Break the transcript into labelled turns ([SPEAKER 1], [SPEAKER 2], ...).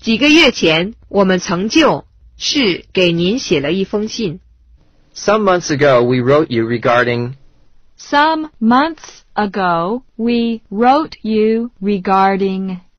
[SPEAKER 1] 几个月前，我们曾就是给您写了一封信。
[SPEAKER 2] Some months ago, we wrote you regarding
[SPEAKER 3] Some months ago, we wrote you regarding